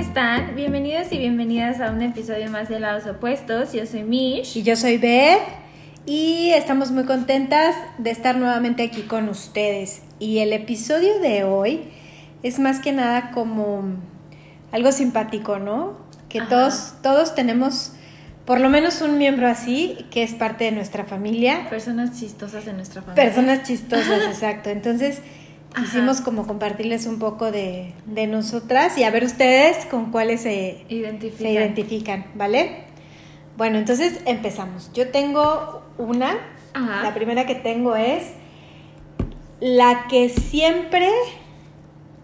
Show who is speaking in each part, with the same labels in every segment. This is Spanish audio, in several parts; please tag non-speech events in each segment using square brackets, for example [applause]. Speaker 1: están? Bienvenidos y bienvenidas a un episodio más de Lados Opuestos. Yo soy Mish.
Speaker 2: Y yo soy Beth y estamos muy contentas de estar nuevamente aquí con ustedes. Y el episodio de hoy es más que nada como algo simpático, ¿no? Que
Speaker 1: Ajá.
Speaker 2: todos, todos tenemos por lo menos un miembro así que es parte de nuestra familia.
Speaker 1: Personas chistosas de nuestra familia.
Speaker 2: Personas
Speaker 1: [laughs]
Speaker 2: chistosas, exacto. Entonces
Speaker 1: Ajá.
Speaker 2: quisimos como compartirles un poco de, de nosotras y a ver ustedes con cuáles se, se
Speaker 1: Identifican.
Speaker 2: identifican, ¿vale? Bueno, entonces empezamos. Yo tengo una.
Speaker 1: Ajá.
Speaker 2: La primera que tengo es la que siempre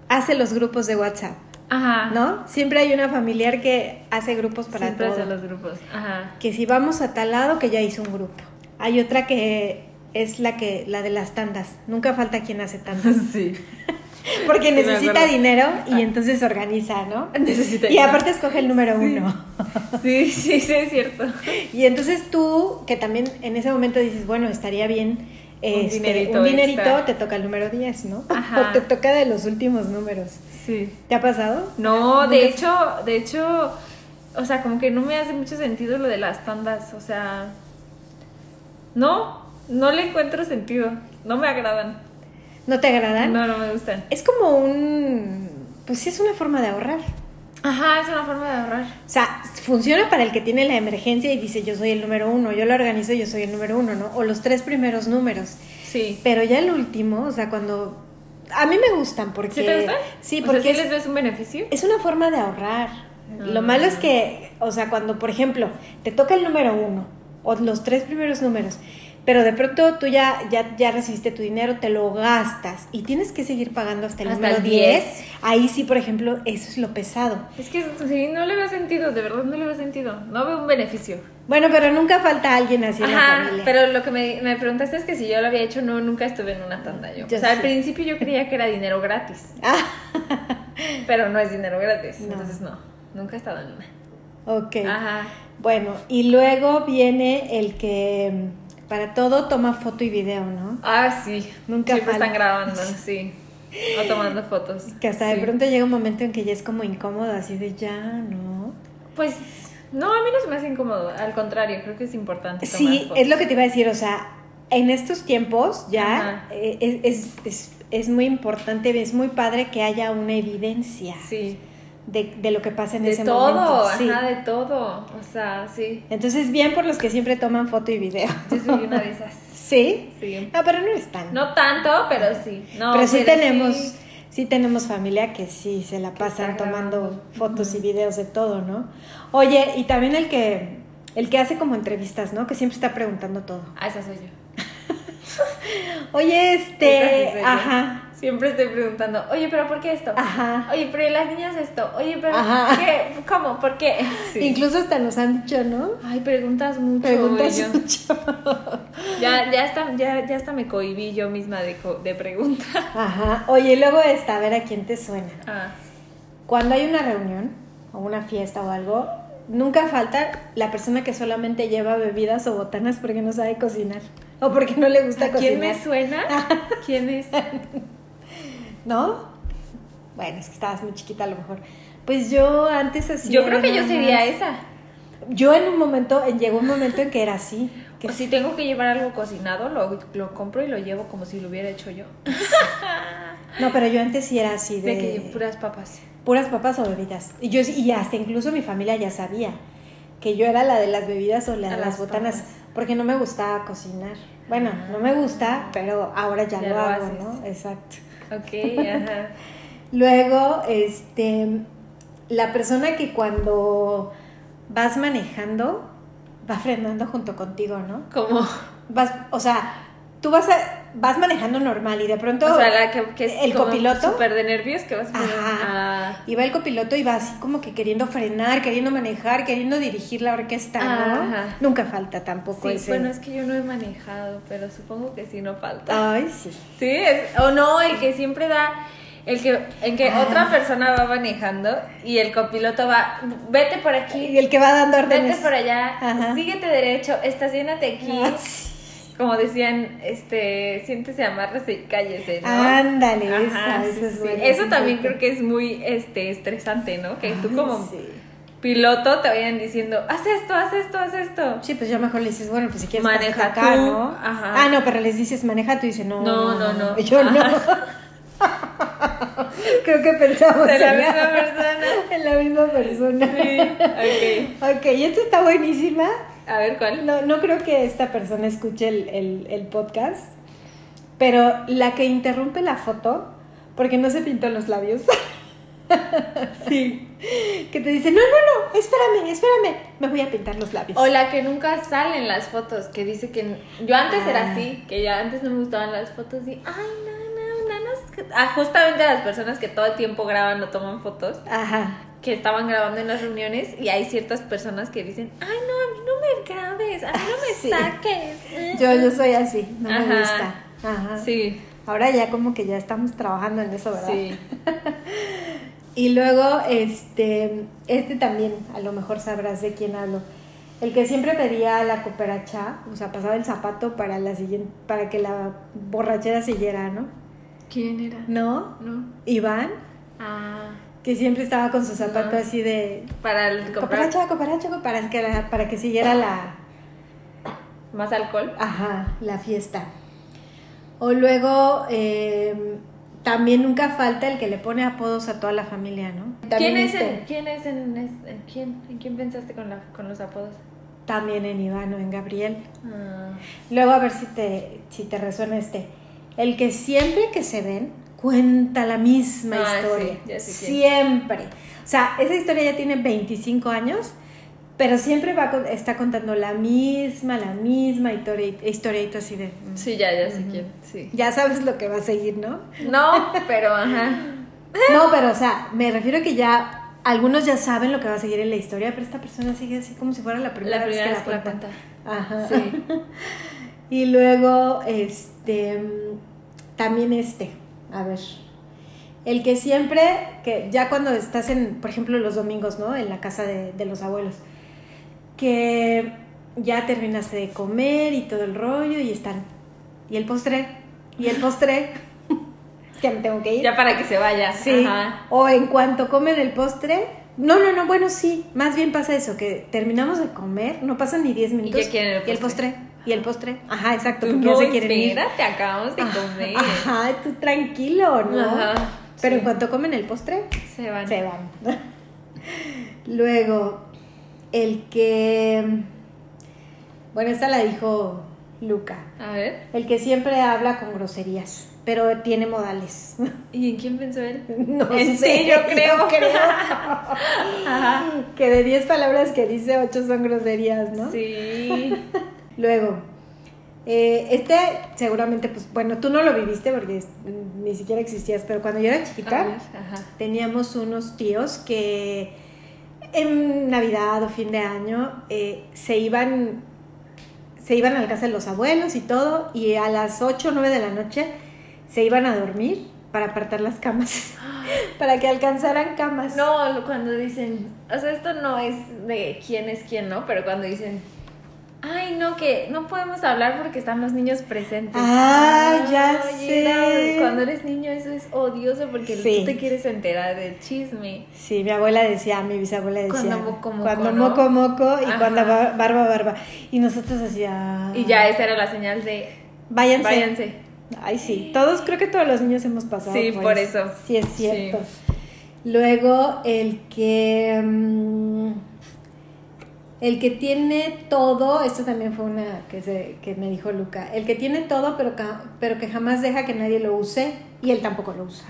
Speaker 2: hace los grupos de WhatsApp,
Speaker 1: Ajá.
Speaker 2: ¿no? Siempre hay una familiar que hace grupos para
Speaker 1: Ah. Siempre
Speaker 2: todo.
Speaker 1: hacen los grupos.
Speaker 2: [laughs]
Speaker 1: Ajá.
Speaker 2: Que si vamos a tal lado, que ya hizo un grupo. Hay otra que es la que la de las tandas. Nunca falta quien
Speaker 1: [laughs]
Speaker 2: hace tandas.
Speaker 1: Sí.
Speaker 2: Porque
Speaker 1: me
Speaker 2: necesita
Speaker 1: acuerdo.
Speaker 2: dinero y
Speaker 1: Ah.
Speaker 2: entonces organiza, ¿no?
Speaker 1: Necesita
Speaker 2: Y
Speaker 1: dinero.
Speaker 2: aparte escoge el número
Speaker 1: Sí.
Speaker 2: uno.
Speaker 1: Sí, sí, sí, es cierto.
Speaker 2: Y entonces tú, que también en ese momento dices, bueno, estaría bien este, un dinerito,
Speaker 1: dinerito extra.
Speaker 2: te toca el número 10, ¿no?
Speaker 1: Ajá.
Speaker 2: [laughs] O te toca de los últimos números.
Speaker 1: Sí.
Speaker 2: ¿Te ha pasado?
Speaker 1: No,
Speaker 2: Nunca-
Speaker 1: de hecho, de hecho, o sea, como que no me hace mucho sentido lo de las tandas, o sea, no, no le encuentro sentido, no me agradan,
Speaker 2: ¿No te agradan?
Speaker 1: no, no me gustan.
Speaker 2: Es como un... Pues sí, es una forma de ahorrar.
Speaker 1: Ajá, es una forma de ahorrar.
Speaker 2: O sea, funciona para el que tiene la emergencia y dice, yo soy el número uno, yo lo organizo, yo soy el número uno, ¿no? O los tres primeros números.
Speaker 1: Sí.
Speaker 2: Pero ya el último, o sea, cuando... A mí me gustan porque...
Speaker 1: ¿Sí te gustan?
Speaker 2: Sí,
Speaker 1: O sea,
Speaker 2: porque
Speaker 1: ¿sí
Speaker 2: es-
Speaker 1: les ves un beneficio?
Speaker 2: Es una forma de ahorrar. Lo
Speaker 1: Ah.
Speaker 2: malo es que, o sea, cuando, por ejemplo, te toca el número uno o los tres primeros números, pero de pronto tú ya, ya, ya recibiste tu dinero, te lo gastas y tienes que seguir pagando hasta el
Speaker 1: Hasta
Speaker 2: número
Speaker 1: el
Speaker 2: 10.
Speaker 1: 10.
Speaker 2: Ahí sí, por ejemplo, eso es lo pesado.
Speaker 1: Es que sí, no le veo sentido, de verdad no le veo sentido, no veo un beneficio.
Speaker 2: Bueno, pero nunca falta alguien así en la
Speaker 1: Ajá,
Speaker 2: familia.
Speaker 1: pero lo que me, me preguntaste es que si yo lo había hecho, no, nunca estuve en una tanda yo.
Speaker 2: Yo
Speaker 1: o sea,
Speaker 2: sí.
Speaker 1: al principio yo creía que era dinero gratis.
Speaker 2: [laughs] Ah,
Speaker 1: Pero no es dinero gratis,
Speaker 2: No.
Speaker 1: entonces no. Nunca he estado en una.
Speaker 2: ok.
Speaker 1: Ajá.
Speaker 2: Bueno, y luego viene el que mm, para todo toma foto y video, ¿no?
Speaker 1: Ah, sí.
Speaker 2: Nunca
Speaker 1: Siempre
Speaker 2: falta.
Speaker 1: están
Speaker 2: [laughs]
Speaker 1: grabando, sí. O tomando fotos.
Speaker 2: Que hasta
Speaker 1: Sí.
Speaker 2: de pronto llega un momento en que ya es como incómodo, así de ya, ¿no?
Speaker 1: Pues, no, a mí no se me hace incómodo. Al contrario, creo que es importante tomar
Speaker 2: Sí,
Speaker 1: fotos.
Speaker 2: es lo que te iba a decir, o sea, en estos tiempos ya
Speaker 1: Ajá.
Speaker 2: eh, es, es- es- es muy importante, es muy padre que haya una evidencia
Speaker 1: Sí.
Speaker 2: de, de lo que pasa en
Speaker 1: De
Speaker 2: ese
Speaker 1: todo,
Speaker 2: momento. sí.
Speaker 1: ajá, de todo. O sea, sí.
Speaker 2: Entonces, bien por los que siempre toman foto y video. [laughs]
Speaker 1: Yo soy una de esas. [laughs]
Speaker 2: ¿Sí?
Speaker 1: Sí.
Speaker 2: No, pero no es tan.
Speaker 1: No tanto, pero sí. No,
Speaker 2: pero sí tenemos,
Speaker 1: sí.
Speaker 2: sí. tenemos familia que sí se la pasan
Speaker 1: está
Speaker 2: tomando
Speaker 1: grabando.
Speaker 2: fotos y videos de todo, ¿no? Oye, y también el que el que hace como entrevistas, ¿no? Que siempre está preguntando todo.
Speaker 1: Ah, esa soy yo.
Speaker 2: Oye,
Speaker 1: Esa sí
Speaker 2: este,
Speaker 1: soy yo.
Speaker 2: ajá,
Speaker 1: Siempre estoy preguntando, oye, pero ¿por qué esto?
Speaker 2: ajá.
Speaker 1: Oye, pero ¿y las niñas esto? Oye, pero
Speaker 2: Ajá.
Speaker 1: ¿qué? ¿Cómo? ¿Por qué?
Speaker 2: [laughs]
Speaker 1: Sí.
Speaker 2: Incluso hasta nos han dicho, ¿no?
Speaker 1: Ay, preguntas mucho.
Speaker 2: Preguntas
Speaker 1: güey, yo-
Speaker 2: [laughs] mucho.
Speaker 1: Ya, ya hasta, ya, ya hasta me cohibí yo misma de, co- de
Speaker 2: [laughs]
Speaker 1: preguntas.
Speaker 2: Ajá. Oye, y luego esta, a ver a quién te suena.
Speaker 1: Ah,
Speaker 2: Cuando hay una reunión o una fiesta o algo, nunca falta la persona que solamente lleva bebidas o botanas porque no sabe cocinar o porque no le gusta
Speaker 1: ¿a ¿Quién
Speaker 2: cocinar.
Speaker 1: me suena?
Speaker 2: [laughs]
Speaker 1: ¿Quién es?
Speaker 2: ¿No? Bueno, es que estabas muy chiquita a lo mejor. Pues yo antes así.
Speaker 1: yo
Speaker 2: era
Speaker 1: creo que yo
Speaker 2: nada
Speaker 1: sería
Speaker 2: más.
Speaker 1: esa.
Speaker 2: Yo en un momento, en- llegó un momento en que era así. Que
Speaker 1: O si tengo que llevar algo cocinado, lo, lo compro y lo llevo como si lo hubiera hecho yo.
Speaker 2: No, pero yo antes sí era así de,
Speaker 1: De que puras papas.
Speaker 2: puras papas o bebidas. Y yo y hasta incluso mi familia ya sabía que yo era la de las bebidas o la de
Speaker 1: A
Speaker 2: las,
Speaker 1: las
Speaker 2: botanas,
Speaker 1: papas. Ah.
Speaker 2: porque no me gustaba cocinar. Bueno, no me gusta, pero ahora ya,
Speaker 1: Ya
Speaker 2: lo,
Speaker 1: lo
Speaker 2: hago,
Speaker 1: haces.
Speaker 2: ¿no? Exacto.
Speaker 1: [laughs] Ok, ajá.
Speaker 2: Luego, este, la persona que cuando vas manejando va frenando junto contigo, ¿no?
Speaker 1: Como,
Speaker 2: Vas, o sea, tú vas a- vas manejando normal y de pronto
Speaker 1: o sea, la que, que es
Speaker 2: el
Speaker 1: como
Speaker 2: copiloto.
Speaker 1: Súper de nervios que vas a poner.
Speaker 2: Ajá.
Speaker 1: Ah,
Speaker 2: Y va el copiloto y va así como que queriendo frenar, queriendo manejar, queriendo dirigir la orquesta, ¿no?
Speaker 1: Ajá.
Speaker 2: Nunca falta tampoco
Speaker 1: sí,
Speaker 2: ese.
Speaker 1: bueno, es que yo no he manejado, pero supongo que sí no falta.
Speaker 2: Ay, sí.
Speaker 1: Sí, es- o no, el que siempre da, el que, en que
Speaker 2: Ah.
Speaker 1: otra persona va manejando y el copiloto va, vete por aquí,
Speaker 2: Y el que va dando
Speaker 1: vete
Speaker 2: órdenes.
Speaker 1: por allá,
Speaker 2: Ajá.
Speaker 1: síguete derecho, estacionate aquí.
Speaker 2: Ah, sí.
Speaker 1: como decían, este, siéntese, amárrese y cállese, ¿no?
Speaker 2: [laughs] Ándale,
Speaker 1: Ajá,
Speaker 2: Ah, esa,
Speaker 1: sí,
Speaker 2: esa es
Speaker 1: sí.
Speaker 2: buena,
Speaker 1: Eso
Speaker 2: sí,
Speaker 1: también
Speaker 2: sí.
Speaker 1: creo que es muy este, estresante, ¿no? Que tú
Speaker 2: Ay,
Speaker 1: como
Speaker 2: Sí.
Speaker 1: piloto te vayan diciendo, haz esto, haz esto, haz
Speaker 2: [laughs]
Speaker 1: esto.
Speaker 2: Sí, pues ya mejor le dices, bueno, pues si quieres
Speaker 1: Maneja
Speaker 2: pásate acá,
Speaker 1: tú.
Speaker 2: ¿no?
Speaker 1: Ajá.
Speaker 2: Ah, no, pero les dices maneja tú y dice no.
Speaker 1: No, no, no.
Speaker 2: [laughs] Yo no. [laughs] Creo que pensamos
Speaker 1: De la
Speaker 2: en
Speaker 1: misma persona.
Speaker 2: [laughs] en la misma persona.
Speaker 1: Sí, ok.
Speaker 2: Ok, y esta está buenísima.
Speaker 1: A ver, ¿cuál?
Speaker 2: No, no creo que esta persona escuche el, el- el podcast, pero la que interrumpe la foto porque no se pintó
Speaker 1: [laughs]
Speaker 2: los labios. sí. Que te dice, no, no, no, espérame, espérame, me voy a pintar los labios.
Speaker 1: O la que nunca sale en las fotos, que dice que yo antes
Speaker 2: Ah.
Speaker 1: era así, que ya antes no me gustaban las fotos y ay, no, no, no, no. Ah, justamente a las personas que todo el tiempo graban o toman fotos,
Speaker 2: Ajá.
Speaker 1: que estaban grabando en las reuniones y hay ciertas personas que dicen, ay, no, a mí no me grabes, a mí no me
Speaker 2: [laughs] Sí.
Speaker 1: saques.
Speaker 2: Yo, yo soy así, no me
Speaker 1: Ajá.
Speaker 2: gusta. Ajá.
Speaker 1: Sí,
Speaker 2: Ahora ya como que ya estamos trabajando en eso, ¿verdad?
Speaker 1: sí.
Speaker 2: Y luego, este, este también, a lo mejor sabrás de quién hablo. El que siempre pedía la cooperacha, o sea, pasaba el zapato para la siguiente, para que la borrachera siguiera, ¿no?
Speaker 1: ¿Quién era?
Speaker 2: ¿No?
Speaker 1: No.
Speaker 2: Iván,
Speaker 1: Ah,
Speaker 2: que siempre estaba con su zapato
Speaker 1: No.
Speaker 2: así de
Speaker 1: para el comprar
Speaker 2: cooperacha, cooperacha, para que la- para que siguiera la,
Speaker 1: más alcohol.
Speaker 2: Ajá, la fiesta. O luego eh, también nunca falta el que le pone apodos a toda la familia, ¿no? También
Speaker 1: ¿Quién es,
Speaker 2: este,
Speaker 1: en, ¿Quién es en, es- en quién? ¿En quién pensaste con, la, con los apodos?
Speaker 2: También en Iván o en Gabriel.
Speaker 1: Ah,
Speaker 2: Luego a ver si te, si te resuena este. El que siempre que se ven cuenta la misma
Speaker 1: Ah,
Speaker 2: historia.
Speaker 1: sí, ya sé quién.
Speaker 2: siempre. O sea, esa historia ya tiene 25 años, pero siempre va con- está contando la misma, la misma historia, historia y tú así de... mm.
Speaker 1: sí, ya, ya sé quién. Sí.
Speaker 2: Ya sabes lo que va a seguir, ¿no?
Speaker 1: No, pero
Speaker 2: [laughs]
Speaker 1: ajá.
Speaker 2: No, pero o sea, me refiero que ya algunos ya saben lo que va a seguir en la historia, pero esta persona sigue así como si fuera la primera,
Speaker 1: La primera
Speaker 2: vez
Speaker 1: vez
Speaker 2: que
Speaker 1: que la cuenta.
Speaker 2: Ajá.
Speaker 1: Sí.
Speaker 2: [laughs] Y luego, este, mm, también este, a ver, el que siempre, que ya cuando estás en, por ejemplo, los domingos, ¿no? En la casa de, de los abuelos, que ya terminaste de comer y todo el rollo y están, y el postre, y el postre, [laughs] que me tengo que ir.
Speaker 1: Ya para que se vaya.
Speaker 2: Sí.
Speaker 1: Ajá.
Speaker 2: O en cuanto comen el postre. No, no, no, bueno, sí. Más bien pasa eso, que terminamos de comer, no pasan ni 10 minutos.
Speaker 1: ya quieren el
Speaker 2: y el postre. Y el postre. Ajá, exacto.
Speaker 1: Tú
Speaker 2: porque
Speaker 1: no,
Speaker 2: ya se quieren ir. Ah,
Speaker 1: espérate, acabamos de comer.
Speaker 2: Ajá, tú tranquilo, ¿no?
Speaker 1: Ajá,
Speaker 2: Pero
Speaker 1: sí.
Speaker 2: en cuanto comen el postre,
Speaker 1: Se van.
Speaker 2: se van. [laughs] Luego, el que. Bueno, esta la dijo Luca.
Speaker 1: A ver.
Speaker 2: El que siempre habla con groserías, pero tiene modales. [laughs]
Speaker 1: ¿Y en quién pensó él?
Speaker 2: No
Speaker 1: En
Speaker 2: sé, [laughs]
Speaker 1: sí, yo creo. [laughs]
Speaker 2: creo. que de 10 palabras que dice, 8 son groserías, ¿no?
Speaker 1: Sí.
Speaker 2: Luego, eh, este seguramente, pues bueno, tú no lo viviste porque es- mm, ni siquiera existías, pero cuando yo era
Speaker 1: A
Speaker 2: chiquita,
Speaker 1: ver, ajá.
Speaker 2: teníamos unos tíos que en Navidad o fin de año eh, se iban se iban a la casa de los abuelos y todo, y a las 8 o 9 de la noche se iban a dormir para apartar
Speaker 1: [gasps]
Speaker 2: las camas, [laughs] para que alcanzaran camas.
Speaker 1: No, lo- cuando dicen, o sea, esto no es de quién es quién, ¿no? Pero cuando dicen, ay, no, que no podemos hablar porque están los niños presentes.
Speaker 2: Ah, ya sé.
Speaker 1: no, cuando eres niño eso es odioso porque
Speaker 2: Sí.
Speaker 1: tú te quieres enterar del chisme.
Speaker 2: Sí, mi abuela decía, mi bisabuela decía,
Speaker 1: Cuando moco, moco,
Speaker 2: cuando
Speaker 1: ¿no?
Speaker 2: moco, moco y
Speaker 1: Ajá.
Speaker 2: cuando ba- barba, barba. Y nosotros hacía
Speaker 1: Y ya esa era la señal de,
Speaker 2: Ah. váyanse.
Speaker 1: váyanse.
Speaker 2: Ay, sí, todos, creo que todos los niños hemos pasado
Speaker 1: Sí, por eso.
Speaker 2: Sí, es cierto. Luego, el que... mm, el que tiene todo, esto también fue una que, se- que me dijo Luca, el que tiene todo pero, ca- pero que jamás deja que nadie lo use y él tampoco lo usa.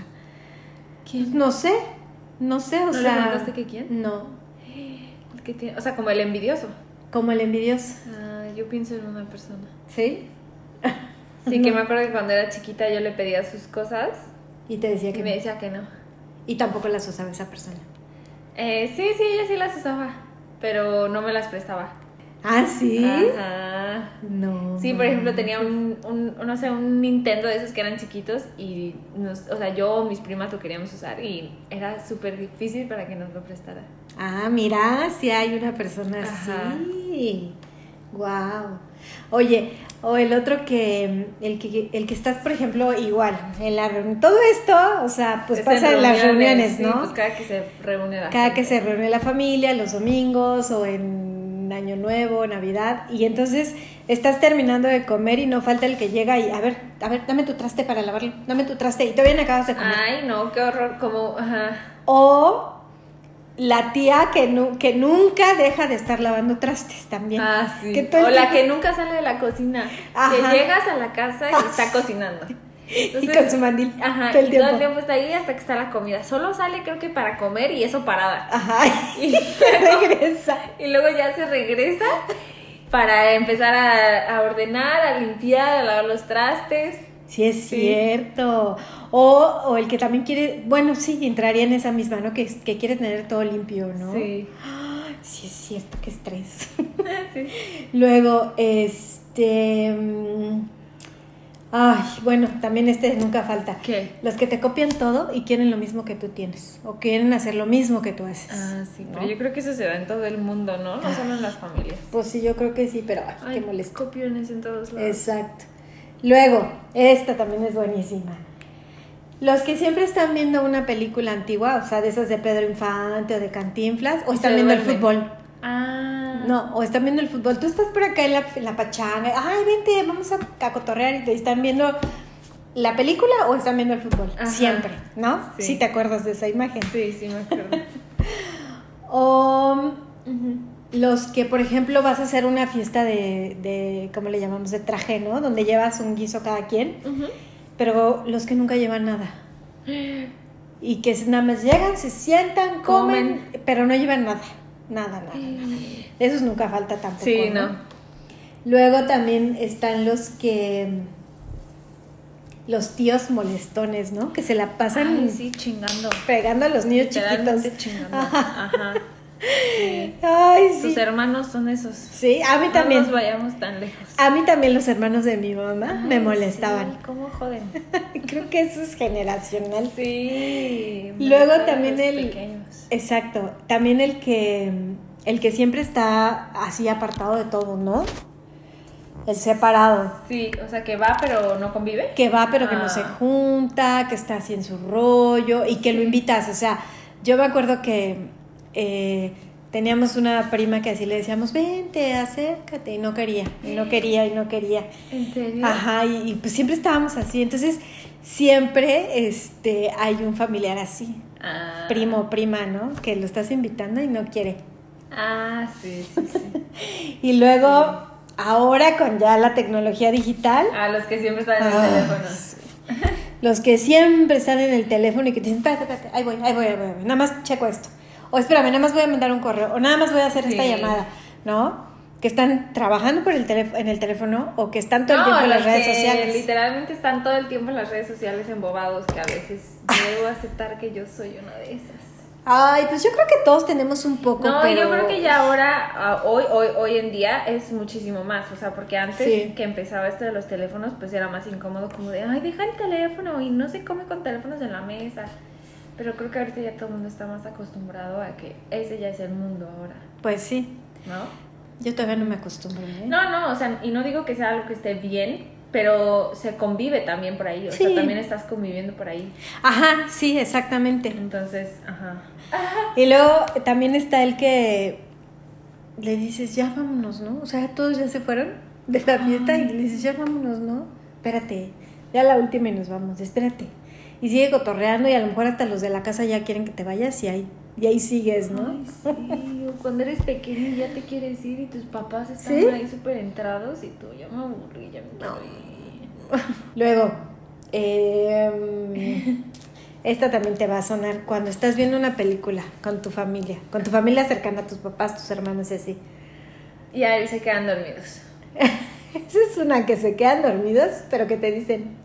Speaker 1: ¿Quién?
Speaker 2: No sé, no sé, o
Speaker 1: ¿No le
Speaker 2: sea...
Speaker 1: contaste que quién?
Speaker 2: No,
Speaker 1: El que tiene- o sea, como el envidioso.
Speaker 2: como el envidioso,
Speaker 1: Ah, yo pienso en una persona.
Speaker 2: ¿sí?
Speaker 1: Sí, que me acuerdo que cuando era chiquita yo le pedía sus cosas
Speaker 2: Y te decía
Speaker 1: y
Speaker 2: que
Speaker 1: me
Speaker 2: no.
Speaker 1: decía que no.
Speaker 2: Y tampoco las usaba esa persona.
Speaker 1: Eh, sí, sí, ella sí las usaba, pero no me las prestaba.
Speaker 2: Ah, sí. Mm.
Speaker 1: Ajá.
Speaker 2: No.
Speaker 1: Sí, por ejemplo, tenía un, un, no sé, un Nintendo de esos que eran chiquitos y, nos, o sea, yo o mis primas lo queríamos usar y era súper difícil para que nos lo prestara.
Speaker 2: Ah, mira, sí hay una persona
Speaker 1: Ajá.
Speaker 2: así. Wow. Oye, o el otro que el que el que estás, por ejemplo, igual en la reunión. Todo esto, o sea, pues
Speaker 1: Es
Speaker 2: pasa en las reuniones,
Speaker 1: sí,
Speaker 2: ¿no?
Speaker 1: pues cada que se reúne la
Speaker 2: Cada
Speaker 1: gente.
Speaker 2: que se reúne la familia, los domingos o en Año Nuevo, Navidad, y entonces estás terminando de comer y no falta el que llega y, a ver, a ver, dame tu traste para lavarlo, dame tu traste y todavía no acabas de comer.
Speaker 1: Ay, no, qué horror, como, ajá.
Speaker 2: O la tía que, nu- que nunca deja de estar lavando trastes también.
Speaker 1: Ah, sí.
Speaker 2: Que todo el
Speaker 1: o la
Speaker 2: tiempo-
Speaker 1: que nunca sale de la cocina.
Speaker 2: Ajá.
Speaker 1: Que llegas a la casa
Speaker 2: Ah,
Speaker 1: y está cocinando.
Speaker 2: Y
Speaker 1: Entonces,
Speaker 2: con su mandil
Speaker 1: Ajá,
Speaker 2: todo el
Speaker 1: y
Speaker 2: tiempo.
Speaker 1: todo el tiempo está ahí hasta que está la comida. Solo sale creo que para comer y eso parada.
Speaker 2: Ajá, [laughs]
Speaker 1: Y,
Speaker 2: regresa.
Speaker 1: y luego ya se regresa para empezar a, a ordenar, a limpiar, a lavar los trastes.
Speaker 2: Sí, es
Speaker 1: Sí.
Speaker 2: cierto. O, o el que también quiere, bueno, sí, entraría en esa misma, ¿no? Que, que quiere tener todo limpio, ¿no?
Speaker 1: Sí.
Speaker 2: Sí, es cierto, qué estrés.
Speaker 1: [laughs] Sí.
Speaker 2: Luego, este... mm, Ay, bueno, también este nunca falta.
Speaker 1: ¿Qué?
Speaker 2: Los que te copian todo y quieren lo mismo que tú tienes. O quieren hacer lo mismo que tú haces.
Speaker 1: Ah, sí, pero
Speaker 2: ¿no?
Speaker 1: yo creo que eso se da en todo el mundo, ¿no? No solo en las familias.
Speaker 2: Pues sí, yo creo que sí, pero ay,
Speaker 1: Ay,
Speaker 2: Ah, qué molesto.
Speaker 1: copiones en todos lados.
Speaker 2: Exacto. Luego, esta también es buenísima. Los que siempre están viendo una película antigua, o sea, de esas de Pedro Infante o de Cantinflas, o están
Speaker 1: Se
Speaker 2: viendo el
Speaker 1: duermen.
Speaker 2: fútbol.
Speaker 1: Ah.
Speaker 2: No, o están viendo el fútbol. Tú estás por acá en la, en la pachanga. Ay, vente, vamos a, a cotorrear. Y te están viendo la película o están viendo el fútbol.
Speaker 1: Ajá.
Speaker 2: Siempre, ¿no?
Speaker 1: Sí.
Speaker 2: Si te acuerdas de esa imagen.
Speaker 1: Sí, sí, me
Speaker 2: [laughs]
Speaker 1: acuerdo.
Speaker 2: O los que, por ejemplo, vas a hacer una fiesta de, de, ¿cómo le llamamos? De traje, ¿no? Donde llevas un guiso cada quien.
Speaker 1: Ujú.
Speaker 2: Pero los que nunca llevan nada. Y que nada más llegan, se sientan, comen, pero no llevan nada. Nada, nada. nada. Esos nunca falta tampoco.
Speaker 1: Sí, no.
Speaker 2: Luego también están los que. Los tíos molestones, ¿no? Que se la pasan
Speaker 1: Ay, sí, chingando.
Speaker 2: pegando a los niños chiquitos.
Speaker 1: Literalmente chingando.
Speaker 2: Ajá.
Speaker 1: Ajá.
Speaker 2: Ay, sí.
Speaker 1: Sus hermanos son esos.
Speaker 2: Sí, a mí
Speaker 1: No
Speaker 2: también.
Speaker 1: nos vayamos tan lejos.
Speaker 2: A mí también los hermanos de mi mamá me
Speaker 1: Ay,
Speaker 2: molestaban.
Speaker 1: sí, ¿Cómo joden?
Speaker 2: Creo que eso es generacional.
Speaker 1: Sí.
Speaker 2: Luego
Speaker 1: molestar a
Speaker 2: también
Speaker 1: los
Speaker 2: el-
Speaker 1: pequeños.
Speaker 2: Exacto. También el que el que siempre está así apartado de todo, ¿no? El separado.
Speaker 1: Sí, o sea que va pero no convive.
Speaker 2: Que va pero que no
Speaker 1: Ah.
Speaker 2: se junta, que está así en su rollo y que lo invitas. O sea, yo me acuerdo que eh, teníamos una prima que así le decíamos, vente, acércate. Y no quería, y no quería, y no quería.
Speaker 1: ¿En serio?
Speaker 2: Ajá, y, y, pues siempre estábamos así. Entonces, siempre este, hay un familiar así,
Speaker 1: Ah.
Speaker 2: primo o prima, ¿no? Que lo estás invitando y no quiere.
Speaker 1: Ah, sí, sí, sí.
Speaker 2: Y luego, ahora con ya la tecnología digital,
Speaker 1: [laughs] A los que siempre están en el
Speaker 2: Ah,
Speaker 1: teléfono.
Speaker 2: los que siempre están en el teléfono y que te dicen, espérate, espérate, ahí voy, ahí voy, ahí voy, ahí voy, nada más checo esto. O espérame, nada más voy a mandar un correo, o nada más voy a hacer esta
Speaker 1: Sí.
Speaker 2: llamada, ¿no? Que están trabajando por el teléfono, en el teléfono o que están todo el
Speaker 1: No,
Speaker 2: tiempo en las
Speaker 1: los
Speaker 2: redes
Speaker 1: que
Speaker 2: sociales.
Speaker 1: Literalmente están todo el tiempo en las redes sociales embobados, que a [laughs] veces debo aceptar que yo soy una de esas.
Speaker 2: Ay, pues yo creo que todos tenemos un poco.
Speaker 1: No,
Speaker 2: pero-
Speaker 1: yo creo que ya ahora, ah, hoy, hoy, hoy en día es muchísimo más. O sea, porque antes
Speaker 2: Sí.
Speaker 1: que empezaba esto de los teléfonos, pues era más incómodo, como de, ay, deja el teléfono y no se come con teléfonos en la mesa. Pero creo que ahorita ya todo el mundo está más acostumbrado a que ese ya es el mundo ahora,
Speaker 2: Pues sí,
Speaker 1: ¿no?
Speaker 2: yo todavía no me acostumbro. ¿eh?
Speaker 1: No, no, o sea, y no digo que sea algo que esté bien, pero se convive también por ahí, o
Speaker 2: Sí.
Speaker 1: sea, también estás conviviendo por ahí.
Speaker 2: Ajá, sí, exactamente.
Speaker 1: Entonces, ajá.
Speaker 2: Y luego también está el que le dices, ya vámonos, ¿no? O sea, todos ya se fueron de la fiesta y le dices, ya vámonos, ¿no? Espérate, ya la última y nos vamos, espérate. Y sigue cotorreando y a lo mejor hasta los de la casa ya quieren que te vayas y ahí, y ahí sigues, ¿no?
Speaker 1: Ay, sí, o cuando eres pequeño y ya te quieres ir y tus papás están
Speaker 2: ¿Sí?
Speaker 1: ahí súper entrados y tú, ya me aburrí, ya me quiero ir.
Speaker 2: Luego, eh, esta también te va a sonar cuando estás viendo una película con tu familia, con tu familia cercana, tus papás, tus hermanos y así.
Speaker 1: Y ahí se quedan dormidos.
Speaker 2: Esa es una que se quedan dormidos, pero que te dicen,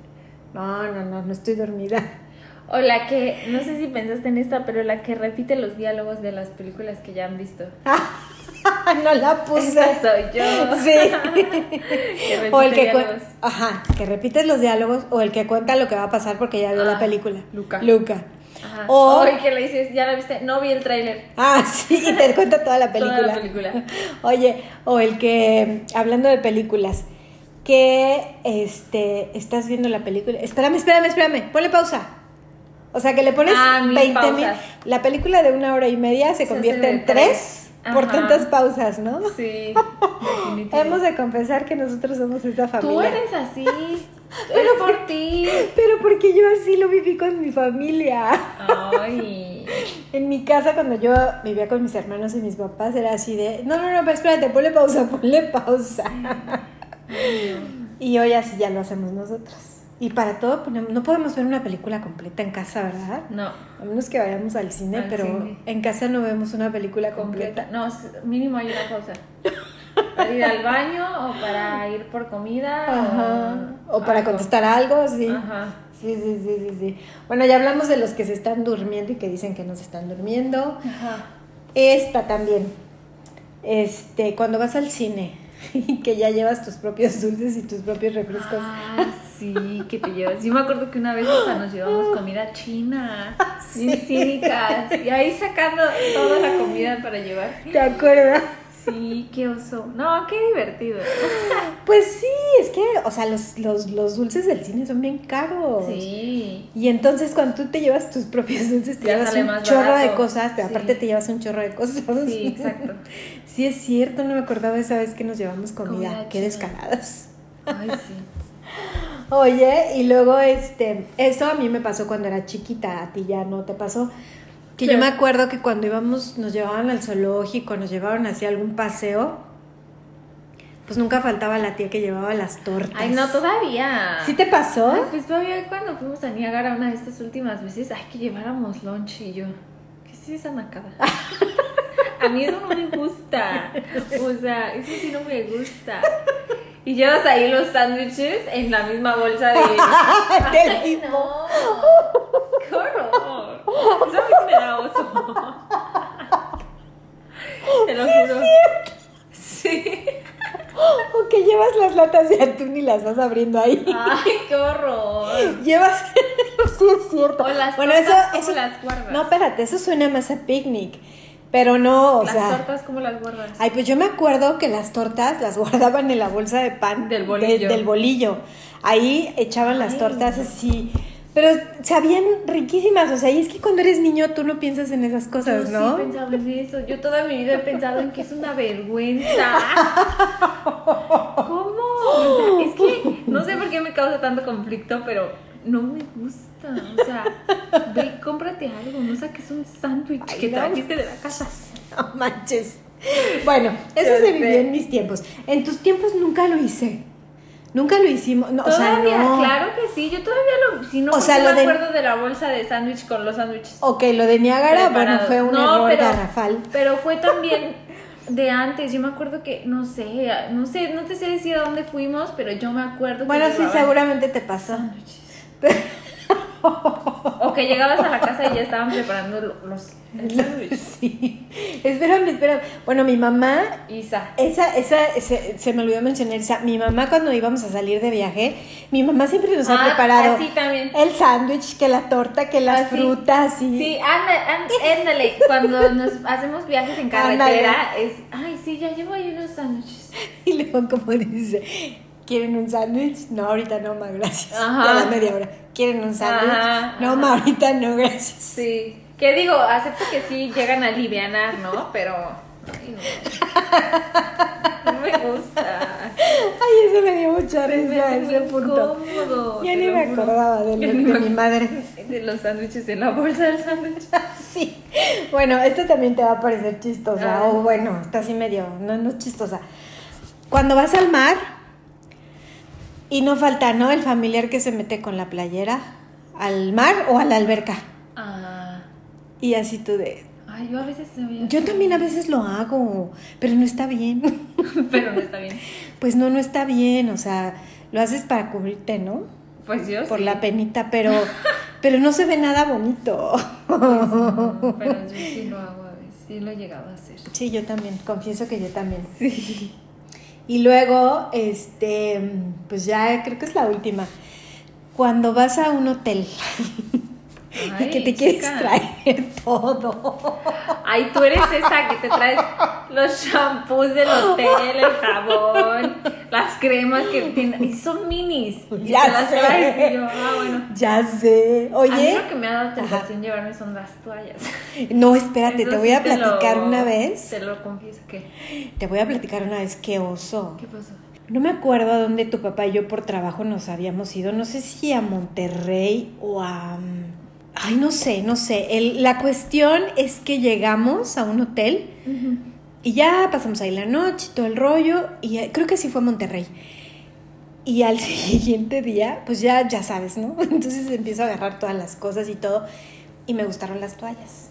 Speaker 2: no, no, no, no estoy dormida. [laughs]
Speaker 1: O la que, no sé si pensaste en esta, pero la que repite los diálogos de las películas que ya han visto.
Speaker 2: Ah, no la puse.
Speaker 1: Esa soy yo.
Speaker 2: [laughs]
Speaker 1: [laughs]
Speaker 2: Sí.
Speaker 1: Que
Speaker 2: o el
Speaker 1: repite
Speaker 2: que cuen-
Speaker 1: diálogos.
Speaker 2: ajá, que repites los diálogos o el que cuenta lo que va a pasar porque ya vio
Speaker 1: Ah,
Speaker 2: la película.
Speaker 1: Luca.
Speaker 2: Luca.
Speaker 1: Ajá.
Speaker 2: O,
Speaker 1: Ay, que le dices, ya la viste, no vi el tráiler.
Speaker 2: ah, sí, y te cuenta toda la película.
Speaker 1: Toda la
Speaker 2: [laughs]
Speaker 1: película.
Speaker 2: Oye, o el que, hablando de películas, que este, estás viendo la película. Espérame, espérame, espérame, ponle pausa. O sea, que le pones
Speaker 1: Ah, mil
Speaker 2: 20 mil.
Speaker 1: pausas.
Speaker 2: La película de una hora y media se
Speaker 1: Se hace
Speaker 2: convierte
Speaker 1: de
Speaker 2: en tres
Speaker 1: tres.
Speaker 2: por
Speaker 1: Ajá.
Speaker 2: tantas pausas, ¿no?
Speaker 1: Sí.
Speaker 2: Hemos
Speaker 1: definitivamente.
Speaker 2: de confesar que nosotros somos esta familia.
Speaker 1: Tú eres
Speaker 2: [laughs]
Speaker 1: así. Pero por ti.
Speaker 2: Pero porque yo así lo viví con mi familia.
Speaker 1: Ay.
Speaker 2: En mi casa, cuando yo vivía con mis hermanos y mis papás, era así de: no, no, no, pero espérate, ponle pausa, ponle pausa. Y hoy así ya lo hacemos nosotros. Y para todo, ponemos- no podemos ver una película completa en casa, ¿verdad?
Speaker 1: No.
Speaker 2: A menos que vayamos al cine,
Speaker 1: Al
Speaker 2: pero
Speaker 1: cine.
Speaker 2: en casa no vemos una película
Speaker 1: Completa.
Speaker 2: completa.
Speaker 1: No, s- mínimo hay una pausa. Para ir al baño o para ir por comida.
Speaker 2: Ajá. O para
Speaker 1: Ah, algo.
Speaker 2: contestar algo, sí.
Speaker 1: Ajá.
Speaker 2: Sí, sí, sí, sí, sí. Bueno, ya hablamos de los que se están durmiendo y que dicen que no se están durmiendo.
Speaker 1: Ajá.
Speaker 2: Esta también. Este, cuando vas al cine [laughs] y que ya llevas tus propios dulces y tus propios refrescos.
Speaker 1: Ay, Ah, sí, que te llevas. Yo me acuerdo que una vez hasta nos llevamos comida [laughs] china. Bien cínicas. Y ahí sacando toda la comida para llevar.
Speaker 2: ¿Te acuerdas?
Speaker 1: Sí, qué oso. No, qué divertido.
Speaker 2: Pues sí, es que, o sea, los, los, los dulces del cine son bien caros.
Speaker 1: Sí.
Speaker 2: Y entonces cuando tú te llevas tus propios [laughs] dulces, te
Speaker 1: Ya
Speaker 2: llevas
Speaker 1: sale
Speaker 2: un
Speaker 1: más
Speaker 2: chorro de
Speaker 1: barato.
Speaker 2: cosas, pero
Speaker 1: Sí.
Speaker 2: aparte te llevas un chorro de cosas.
Speaker 1: Sí, exacto.
Speaker 2: [laughs] Sí, es cierto, no me acordaba esa vez que nos llevamos comida.
Speaker 1: Comida
Speaker 2: Qué
Speaker 1: china.
Speaker 2: descaradas.
Speaker 1: Ay, sí.
Speaker 2: Oye, y luego, este, eso a mí me pasó cuando era chiquita, a ti ya no te pasó. Que yo
Speaker 1: Pero-
Speaker 2: me acuerdo que cuando íbamos, nos llevaban al zoológico, nos llevaban hacia algún paseo, pues nunca faltaba la tía que llevaba las tortas.
Speaker 1: Ay, no, todavía.
Speaker 2: ¿Sí te pasó? [laughs]
Speaker 1: Ay, pues todavía cuando fuimos a Niagara una de estas últimas veces, ay, que lleváramos lunch y yo, ¿qué es esa nacada? [laughs] a mí eso no me gusta. O sea, eso sí no me gusta. Y llevas ahí los sándwiches en la misma bolsa de...
Speaker 2: Del
Speaker 1: [laughs] Ay, [laughs]
Speaker 2: mismo.
Speaker 1: no. ¡Qué horror! Eso a mí sí me da [laughs] oso. Te lo juro. Sí.
Speaker 2: O que llevas las latas de atún y las vas abriendo ahí.
Speaker 1: [laughs] Ay, qué horror.
Speaker 2: Llevas. [laughs] sí, es cierto.
Speaker 1: O las
Speaker 2: bueno, eso,
Speaker 1: tortas, ¿cómo
Speaker 2: eso.
Speaker 1: las guardas?
Speaker 2: No, espérate, eso suena más a picnic. Pero no, o
Speaker 1: las
Speaker 2: sea.
Speaker 1: tortas, ¿cómo las guardas?
Speaker 2: Ay, pues yo me acuerdo que las tortas las [laughs] guardaban en la bolsa de pan
Speaker 1: Del
Speaker 2: de-
Speaker 1: bolillo.
Speaker 2: del bolillo. Ahí echaban las
Speaker 1: Ay.
Speaker 2: tortas así. Pero sabían riquísimas, o sea, y es que cuando eres niño tú no piensas en esas
Speaker 1: Yo
Speaker 2: cosas,
Speaker 1: sí
Speaker 2: ¿no?
Speaker 1: pensaba en eso. Yo toda mi vida he pensado en que es una vergüenza. ¿Cómo? O sea, es que no sé por qué me causa tanto conflicto, pero no me gusta. O sea, ve, y cómprate algo, no saques un sándwich
Speaker 2: Ay,
Speaker 1: que
Speaker 2: no.
Speaker 1: trajiste de la casa.
Speaker 2: [laughs] No manches. Bueno, eso
Speaker 1: Ya
Speaker 2: se
Speaker 1: sé.
Speaker 2: vivió en mis tiempos. En tus tiempos nunca lo hice. Nunca lo hicimos. No, o
Speaker 1: todavía,
Speaker 2: sea, no.
Speaker 1: claro que sí. Yo todavía lo. Si no,
Speaker 2: O
Speaker 1: ¿por
Speaker 2: sea,
Speaker 1: qué
Speaker 2: lo
Speaker 1: me
Speaker 2: de-
Speaker 1: acuerdo de la bolsa de sándwich con los sándwiches.
Speaker 2: Ok, lo de Niágara, bueno,
Speaker 1: preparados.
Speaker 2: fue un
Speaker 1: No,
Speaker 2: error
Speaker 1: pero-
Speaker 2: garrafal.
Speaker 1: Pero fue también de antes. Yo me acuerdo que, no sé, no sé, no te sé decir a dónde fuimos, pero yo me acuerdo que.
Speaker 2: Bueno, sí,
Speaker 1: llevaban
Speaker 2: seguramente te pasó.
Speaker 1: Ah, sándwiches. [laughs] O que llegabas a la casa y ya estaban preparando lo-
Speaker 2: [laughs]
Speaker 1: los el sándwich.
Speaker 2: Sí. Espérame, espérame. Bueno, mi mamá
Speaker 1: Isa.
Speaker 2: Esa, esa, se, se me olvidó mencionar esa. Mi mamá cuando íbamos a salir de viaje, mi mamá siempre nos ha
Speaker 1: Ah,
Speaker 2: preparado
Speaker 1: así también.
Speaker 2: el sándwich, que la torta, que las
Speaker 1: Así.
Speaker 2: frutas y
Speaker 1: Sí, anda- an- ándale, cuando nos hacemos viajes
Speaker 2: [laughs]
Speaker 1: en carretera, es, ay, sí, ya llevo ahí unos sándwiches.
Speaker 2: [laughs] y luego como dice, ¿quieren un sándwich? No, ahorita no, ma, gracias.
Speaker 1: Ajá.
Speaker 2: Ya a la media hora. ¿Quieren un sándwich?
Speaker 1: Ajá,
Speaker 2: no,
Speaker 1: ajá.
Speaker 2: ma, ahorita
Speaker 1: [laughs]
Speaker 2: no, gracias.
Speaker 1: Sí. Que digo, acepto que sí llegan a alivianar, ¿no? Pero. ay, no. No me
Speaker 2: [laughs]
Speaker 1: gusta.
Speaker 2: Ay, eso me dio mucha
Speaker 1: Se me
Speaker 2: risa
Speaker 1: hace muy
Speaker 2: ese punto.
Speaker 1: incómodo,
Speaker 2: Ya
Speaker 1: te
Speaker 2: ni
Speaker 1: lo
Speaker 2: me
Speaker 1: juro. [laughs]
Speaker 2: acordaba de, lo-
Speaker 1: Ya
Speaker 2: de
Speaker 1: ni me
Speaker 2: mi
Speaker 1: acuerdo.
Speaker 2: madre.
Speaker 1: De los sándwiches en la bolsa del
Speaker 2: [laughs]
Speaker 1: sándwich.
Speaker 2: Sí. Bueno, esto también te va a parecer chistosa.
Speaker 1: Ah.
Speaker 2: O bueno, está así medio. No, no es chistosa. Cuando vas al mar y no falta, ¿no? El familiar que se mete con la playera al mar o a la alberca.
Speaker 1: Ah.
Speaker 2: Y así tú de.
Speaker 1: Ay, yo a veces se me.
Speaker 2: Yo también a veces lo hago, pero no está bien. [laughs]
Speaker 1: [laughs] Pero no está bien.
Speaker 2: Pues no, no está bien. O sea, lo haces para cubrirte, ¿no?
Speaker 1: Pues yo.
Speaker 2: Por
Speaker 1: sí.
Speaker 2: la penita,
Speaker 1: [laughs]
Speaker 2: pero, pero no se ve nada bonito. [laughs]
Speaker 1: No, pues, pero yo sí lo hago a veces. Sí lo he llegado a hacer.
Speaker 2: Sí, yo también, confieso que yo también. Sí. Y luego, este, pues ya creo que es la última. Cuando vas a un hotel [laughs] y que te
Speaker 1: Ay,
Speaker 2: quieres
Speaker 1: chica.
Speaker 2: traer [laughs] todo.
Speaker 1: Ay, tú eres esa que te traes los shampoos del hotel, el jabón, las cremas que tienen. Y son minis. Y
Speaker 2: Ya
Speaker 1: te las
Speaker 2: sé.
Speaker 1: traes. Y yo, ah, bueno.
Speaker 2: Ya sé.
Speaker 1: A mí lo
Speaker 2: Oye,
Speaker 1: que me ha dado tentación llevarme son las toallas.
Speaker 2: no, espérate, te
Speaker 1: Eso
Speaker 2: voy
Speaker 1: sí
Speaker 2: a
Speaker 1: lo-
Speaker 2: platicar una vez.
Speaker 1: Te lo confieso que.
Speaker 2: Te voy a platicar una vez qué oso.
Speaker 1: ¿Qué pasó?
Speaker 2: No me acuerdo a dónde tu papá y yo por trabajo nos habíamos ido, no sé si a Monterrey o a... mm, Ay, no sé, no sé. El- la cuestión es que llegamos a un hotel y ya pasamos ahí la noche, todo el rollo, y eh, creo que sí fue a Monterrey. Y al [laughs] siguiente día, pues ya, ya sabes, ¿no? [laughs] Entonces empiezo a agarrar todas las cosas y todo, y me gustaron las toallas.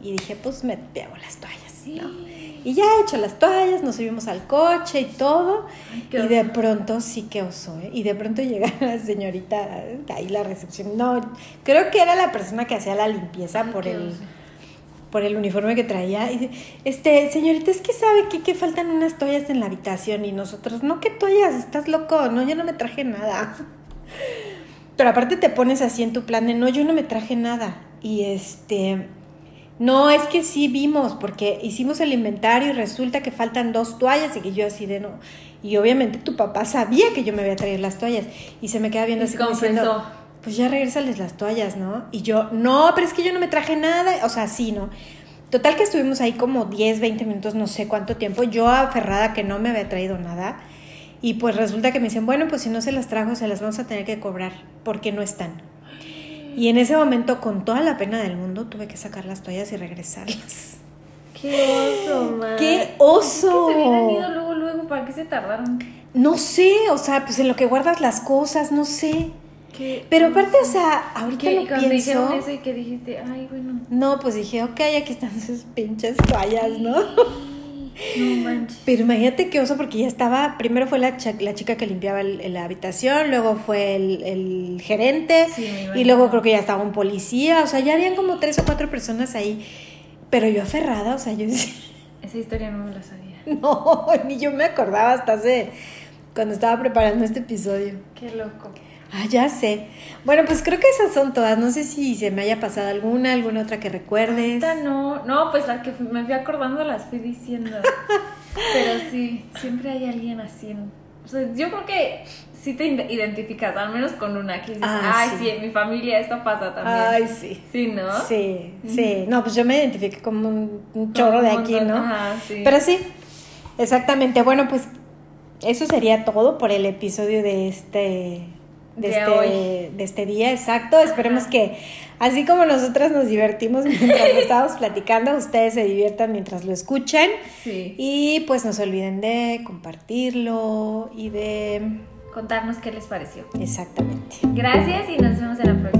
Speaker 2: Y dije, pues me pego las toallas, ¿no? Y ya he hecho las toallas, nos subimos al coche y todo.
Speaker 1: Ay, qué
Speaker 2: Y de
Speaker 1: oso.
Speaker 2: pronto sí que oso, ¿eh? Y de pronto llega [laughs] la señorita, eh, ahí la recepción. No, creo que era la persona que hacía la limpieza
Speaker 1: Ay,
Speaker 2: por
Speaker 1: qué
Speaker 2: el,
Speaker 1: oso.
Speaker 2: por el uniforme que traía. Y dice, este, señorita, es que sabe que, que faltan unas toallas en la habitación y nosotros, no, ¿qué toallas? Estás loco, no, yo no me traje nada. [laughs] Pero aparte te pones así en tu plan de, no, yo no me traje nada. Y este, no, es que sí vimos, porque hicimos el inventario y resulta que faltan dos toallas y que yo así de no. Y obviamente tu papá sabía que yo me había traído las toallas y se me queda viendo
Speaker 1: Y
Speaker 2: así como diciendo,
Speaker 1: confesó.
Speaker 2: pues ya regrésales las toallas, ¿no? Y yo, no, pero es que yo no me traje nada, o sea, sí, ¿no? Total que estuvimos ahí como 10, 20 minutos, no sé cuánto tiempo, yo aferrada que no me había traído nada. Y pues resulta que me dicen, bueno, pues si no se las trajo, se las vamos a tener que cobrar, porque no están. Y en ese momento, con toda la pena del mundo, tuve que sacar las toallas y regresarlas.
Speaker 1: Qué oso, man.
Speaker 2: ¡Qué
Speaker 1: Ah, Es que
Speaker 2: oso!
Speaker 1: se hubieran ido luego, luego. ¿Para qué se tardaron?
Speaker 2: No sé, o sea, pues en lo que guardas las cosas, no sé.
Speaker 1: Qué
Speaker 2: Pero
Speaker 1: oso.
Speaker 2: aparte, o sea, ahorita
Speaker 1: ¿Qué?
Speaker 2: lo
Speaker 1: Y cuando
Speaker 2: pienso...
Speaker 1: dijeron eso y que dijiste, ay, bueno.
Speaker 2: No, pues dije, ok, aquí están sus pinches toallas, ¿no? [laughs]
Speaker 1: No manches.
Speaker 2: Pero imagínate qué oso, porque ya estaba, primero fue la, cha- la chica que limpiaba el- el- la habitación, luego fue el, el gerente,
Speaker 1: Sí, me imagino.
Speaker 2: y luego creo que ya estaba un policía, o sea, ya habían como tres o cuatro personas ahí, pero yo aferrada, o sea, yo decía, [laughs]
Speaker 1: Esa historia no me la sabía.
Speaker 2: no, ni yo me acordaba hasta hace, cuando estaba preparando este episodio.
Speaker 1: Qué loco.
Speaker 2: Ah, ya sé. Bueno, pues creo que esas son todas, no sé si se me haya pasado alguna, alguna otra que recuerdes.
Speaker 1: Esta no, no, pues las que fui- me fui acordando las fui
Speaker 2: [laughs]
Speaker 1: diciendo. Pero sí, siempre hay alguien así. en- O sea, yo creo que sí te ide- identificas, al menos con una que dices,
Speaker 2: Ah,
Speaker 1: ay,
Speaker 2: sí.
Speaker 1: sí, en mi familia esto pasa también.
Speaker 2: Ay, sí.
Speaker 1: sí, ¿no?
Speaker 2: Sí, sí. No, pues yo me identifiqué como un, un chorro de
Speaker 1: Un
Speaker 2: aquí,
Speaker 1: montón.
Speaker 2: ¿no?
Speaker 1: Ajá, sí.
Speaker 2: Pero sí, exactamente. Bueno, pues eso sería todo por el episodio de este. De,
Speaker 1: De
Speaker 2: este,
Speaker 1: hoy.
Speaker 2: de este día, exacto. Esperemos que, así como nosotras nos divertimos [laughs] mientras lo estábamos platicando, ustedes se diviertan mientras lo escuchan.
Speaker 1: sí.
Speaker 2: Y pues no se olviden de compartirlo y de...
Speaker 1: Contarnos qué les pareció.
Speaker 2: Exactamente.
Speaker 1: Gracias y nos vemos en la próxima.